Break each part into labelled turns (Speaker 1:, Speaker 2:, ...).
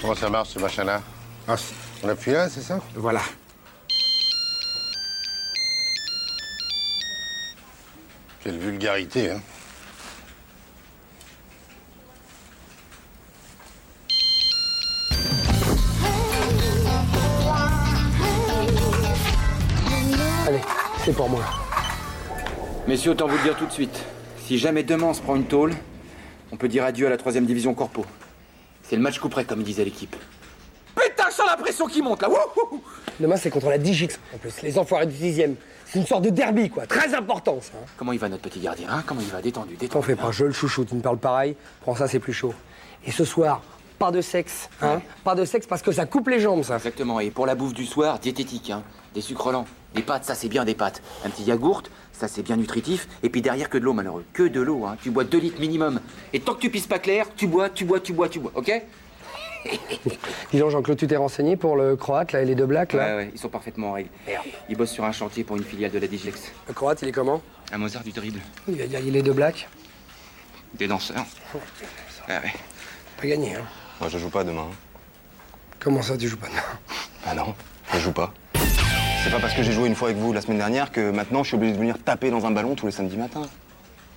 Speaker 1: Comment ça marche ce machin-là
Speaker 2: Ah,
Speaker 1: On appuie là, c'est ça
Speaker 2: voilà.
Speaker 1: Quelle vulgarité, hein
Speaker 2: Allez, c'est pour moi.
Speaker 3: Messieurs, autant vous le dire tout de suite. Si jamais demain on se prend une tôle, on peut dire adieu à la troisième division Corpo. C'est le match coup près, comme disait l'équipe. Putain, je sens la pression qui monte là Wouhou
Speaker 2: Demain, c'est contre la Digix. En plus, les enfoirés du 6ème. C'est une sorte de derby, quoi. Très important, ça. hein.
Speaker 3: Comment il va notre petit gardien hein Comment il va Détendu, détendu.
Speaker 2: T'en fais pas,
Speaker 3: hein.
Speaker 2: je le chouchou, tu me parles pareil. Prends ça, c'est plus chaud. Et ce soir, pas de sexe, hein. Pas de sexe parce que ça coupe les jambes, ça.
Speaker 3: Exactement, et pour la bouffe du soir, diététique, hein. Des sucres lents, des pâtes, ça c'est bien des pâtes. Un petit yaourt, ça c'est bien nutritif. Et puis derrière, que de l'eau, malheureux. Que de l'eau, hein. Tu bois 2 litres minimum. Et tant que tu pisses pas clair, tu bois, tu bois, tu bois, tu bois, ok
Speaker 2: Dis donc, Jean-Claude, tu t'es renseigné pour le croate, là, et les deux blacks, là
Speaker 3: Ouais, ouais, ils sont parfaitement en règle. Ils bossent sur un chantier pour une filiale de la Digilex.
Speaker 2: Le croate, il est comment
Speaker 3: Un Mozart du dribble.
Speaker 2: Il a, il a- il est deux blacks.
Speaker 3: Des danseurs. Ouais, ouais.
Speaker 2: Pas gagné, hein.
Speaker 4: Moi, je joue pas demain.
Speaker 2: Comment ça, tu joues pas demain
Speaker 4: Ah non, je joue pas. C'est pas parce que j'ai joué une fois avec vous la semaine dernière que maintenant je suis obligé de venir taper dans un ballon tous les samedis matins.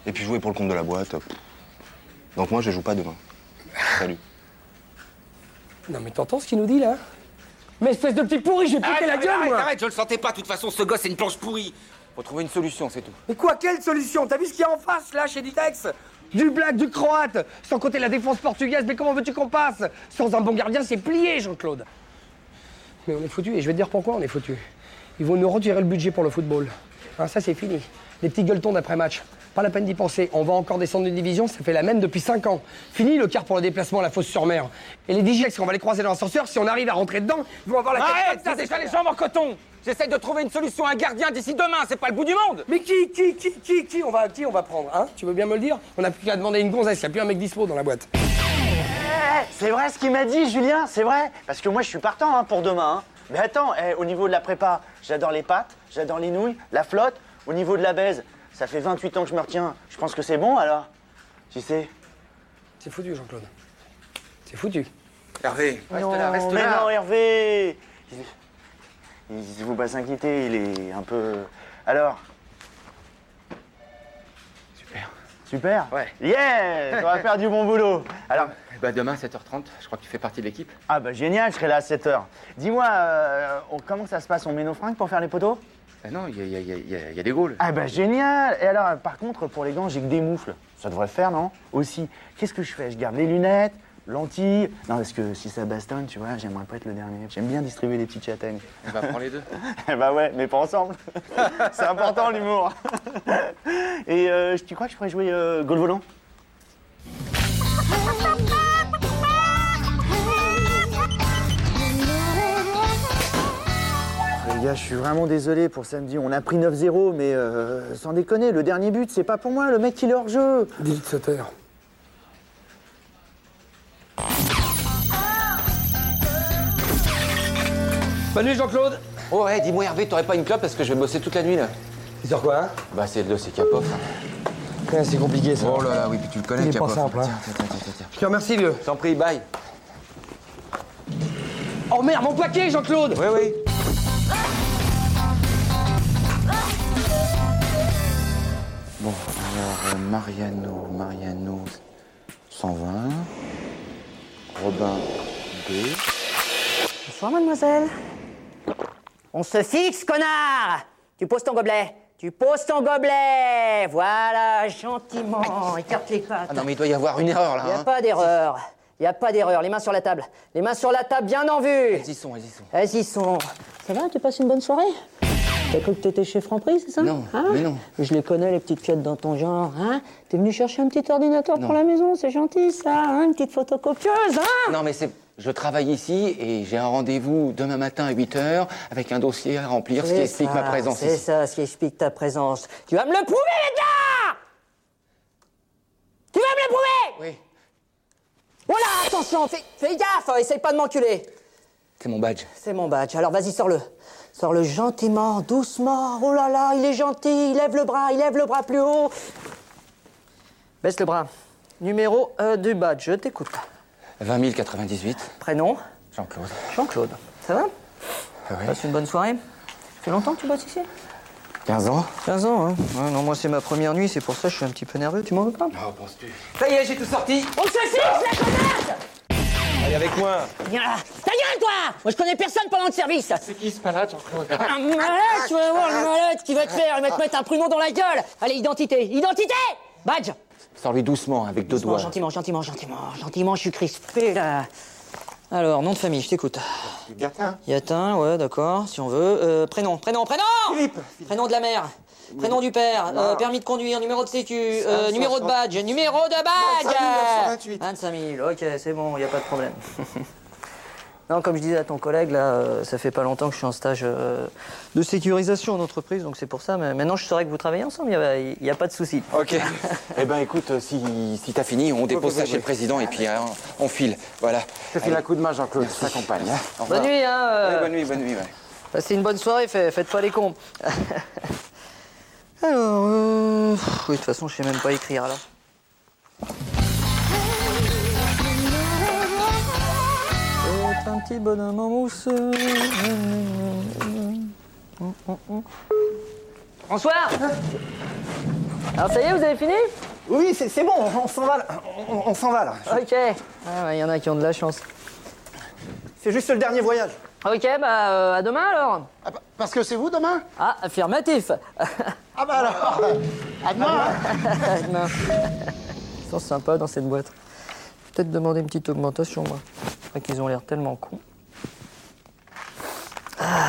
Speaker 4: Et puis jouer pour le compte de la boîte. pff. Donc moi, je joue pas demain. Salut.
Speaker 2: Non, mais t'entends ce qu'il nous dit, là Mais espèce de petit pourri, j'ai pété Ah, la gueule,
Speaker 3: arrête,
Speaker 2: moi
Speaker 3: arrête, je le sentais pas. De toute façon, ce gosse, c'est une planche pourrie. Faut trouver une solution, c'est tout.
Speaker 2: Mais quoi, quelle solution T'as vu ce qu'il y a en face, là, chez Ditex Du black, du croate, sans compter la défense portugaise, mais comment veux-tu qu'on passe Sans un bon gardien, c'est plié, Jean-Claude Mais on est foutu, et je vais te dire pourquoi on est foutu. Ils vont nous retirer le budget pour le football. Hein, ça, c'est fini. Les petits gueuletons d'après-match. Pas la peine d'y penser. On va encore descendre de division, ça fait la même depuis 5 ans. Fini le quart pour le déplacement à la fosse sur mer. Et les Digex, on va les croiser dans l'ascenseur, si on arrive à rentrer dedans, ils vont avoir la
Speaker 5: Arrête, ça c'est les jambes en coton J'essaye de trouver une solution, un gardien d'ici demain, c'est pas le bout du monde
Speaker 2: Mais qui, qui, qui, qui, qui on va, qui on va prendre, hein Tu veux bien me le dire On n'a plus qu'à demander une gonzesse, il n'y a plus un mec dispo dans la boîte.
Speaker 6: Eh, C'est vrai ce qu'il m'a dit, Julien, c'est vrai. Parce que moi, je suis partant hein, pour demain. hein. Mais attends, eh, au niveau de la prépa, j'adore les pâtes, j'adore les nouilles, la flotte. Au niveau de la baise, ça fait 28 ans que je me retiens. Je pense que c'est bon, alors Tu sais
Speaker 2: C'est foutu, Jean-Claude. C'est foutu.
Speaker 3: Hervé, reste
Speaker 6: Non,
Speaker 3: là, reste
Speaker 6: mais
Speaker 3: là.
Speaker 6: non, Hervé Il- Il ne faut pas s'inquiéter, il est un peu... Alors Super. Super
Speaker 3: Ouais.
Speaker 6: Yeah On va faire du bon boulot. Alors,
Speaker 3: Eh ben, demain, 7h30, je crois que tu fais partie de l'équipe.
Speaker 6: Ah bah génial, je serai là à 7h. Dis-moi, euh, on- comment ça se passe On met nos fringues pour faire les poteaux
Speaker 3: Ah non, il y, a- il y a- il y a- il y a- il y a des goals.
Speaker 6: Ah bah génial Et alors, euh, par contre, pour les gants, j'ai que des moufles. Ça devrait faire, non Aussi, qu'est-ce que je fais Je garde les lunettes, lentilles... Non, parce que si ça bastonne, tu vois, j'aimerais pas être le dernier. J'aime bien distribuer les petites châtaignes.
Speaker 3: On va prendre les deux.
Speaker 6: Eh bah ouais, mais pas ensemble. C'est important, l'humour. Et euh, tu crois que je pourrais jouer euh, goal volant Les gars, je suis vraiment désolé pour samedi. On a pris 9-0, mais euh, sans déconner, le dernier but, c'est pas pour moi. Le mec, il est hors jeu.
Speaker 2: Delete Sauter. Bonne nuit, Jean-Claude.
Speaker 3: Oh, ouais, dis-moi, Hervé, t'aurais pas une clope parce que je vais bosser toute la nuit là.
Speaker 2: C'est sur quoi, hein
Speaker 3: Bah, c'est le dossier Capov.
Speaker 2: C'est compliqué, ça.
Speaker 3: Oh là là, oui, puis tu le connais,
Speaker 2: Il est pas
Speaker 3: Capov.
Speaker 2: simple, hein.
Speaker 3: Tiens, tiens, tiens, tiens, tiens.
Speaker 2: Je te remercie, vieux.
Speaker 3: Je t'en prie, bye.
Speaker 2: Oh merde, mon paquet, Jean-Claude
Speaker 3: Oui, oui. Bon, alors euh, Mariano, Mariano 120, Robin 2.
Speaker 7: Bonsoir, mademoiselle. On se fixe, connard Tu poses ton gobelet. Tu poses ton gobelet. Voilà, gentiment. Écarte les pattes.
Speaker 3: Ah non, mais il doit y avoir une erreur là.
Speaker 7: Il n'y a
Speaker 3: hein.
Speaker 7: pas d'erreur. Il n'y a pas d'erreur. Les mains sur la table. Les mains sur la table, bien en vue.
Speaker 3: Elles y sont, elles y sont.
Speaker 7: Elles y sont. Ça va Tu passes une bonne soirée
Speaker 2: T'as cru que t'étais chez Franprix, c'est ça
Speaker 4: Non,
Speaker 2: Hein
Speaker 4: mais non.
Speaker 2: Je les connais, les petites fiottes dans ton genre, hein T'es venu chercher un petit ordinateur pour la maison, c'est gentil, ça, hein Une petite photocopieuse, hein
Speaker 3: Non, mais c'est. Je travaille ici et j'ai un rendez-vous demain matin à 8h avec un dossier à remplir, ce qui
Speaker 2: C'est
Speaker 3: explique ma
Speaker 2: ça,
Speaker 3: présence
Speaker 2: C'est
Speaker 3: ici.
Speaker 2: ça, ce qui explique ta présence. Tu vas me le prouver, les gars Tu vas me le prouver
Speaker 3: Oui,
Speaker 2: Voilà, attention, fais, fais gaffe, hein, essaye pas de m'enculer
Speaker 3: c'est mon badge.
Speaker 2: C'est mon badge. Alors vas-y, sors-le. Sors-le gentiment, doucement. Oh là là, il est gentil. Il lève le bras, il lève le bras plus haut. Baisse le bras. Numéro euh, du badge, je t'écoute.
Speaker 3: 20 098,
Speaker 2: Prénom
Speaker 3: Jean-Claude.
Speaker 2: Jean-Claude. Ça va
Speaker 3: Ah ouais.
Speaker 2: Passe une bonne soirée. Ça fait longtemps que tu bosses ici
Speaker 3: 15 ans
Speaker 2: 15 ans, hein. Ouais, non, moi c'est ma première nuit, c'est pour ça que je suis un petit peu nerveux. Tu m'en veux pas Oh,
Speaker 3: Non, penses-tu
Speaker 5: Ça y est, j'ai tout sorti.
Speaker 2: On se fixe, la connasse
Speaker 5: Allez avec moi.
Speaker 2: Viens là. Ta gueule, toi Moi je connais personne pendant le service
Speaker 5: C'est Ah, qui ce malade, Jean-Claude
Speaker 2: Un malade, Ah, tu vas voir oh, le malade qui va te faire. Il va te mettre un prumon dans la gueule. Allez, identité, identité Badge
Speaker 3: Sors-lui doucement, avec deux doigts.
Speaker 2: Gentiment, gentiment, gentiment, gentiment, je suis crispé là. Alors, nom de famille, je t'écoute.
Speaker 3: Gatin
Speaker 2: Yatin, ouais, d'accord, si on veut. Euh, prénom, prénom, prénom Prénom de la mère, prénom du père,
Speaker 8: Ah.
Speaker 2: euh, permis de conduire, numéro de sécu, euh, numéro de badge, numéro de badge 25 000, ok, c'est bon, il a pas de problème. Non, comme je disais à ton collègue, là, euh, ça fait pas longtemps que je suis en stage euh, de sécurisation en entreprise, donc c'est pour ça. Mais maintenant, je saurais que vous travaillez ensemble, il n'y a, pas de souci.
Speaker 3: Ok. eh ben écoute, euh, si, si t'as fini, on dépose ça chez le président et puis hein, on file. Voilà.
Speaker 5: Je te file un coup de main, Jean-Claude. Ça t'accompagne. hein. Au revoir.
Speaker 2: Bonne nuit, hein euh.
Speaker 3: Ouais, bonne nuit, bonne nuit. ouais.
Speaker 2: Passez une bonne soirée, fait- faites pas les cons. alors, euh... pff, oui, de toute façon, je sais même pas écrire là. C'est un petit bonhomme en mousse. Bonsoir Alors ça y est, vous avez fini
Speaker 8: Oui, c'est c'est bon, on, on s'en va là. On, on- on s'en va là.
Speaker 2: Ok. Ah ouais, il y en a qui ont de la chance.
Speaker 8: C'est juste le dernier voyage.
Speaker 2: Ok, bah euh, à demain alors
Speaker 8: Ah, pa- parce que c'est vous demain
Speaker 2: Ah, affirmatif
Speaker 8: Ah bah alors À demain hein.
Speaker 2: Ils sont sympas dans cette boîte. Je vais Peut-être demander une petite augmentation, moi. C'est vrai qu'ils ont l'air tellement cons. Ah.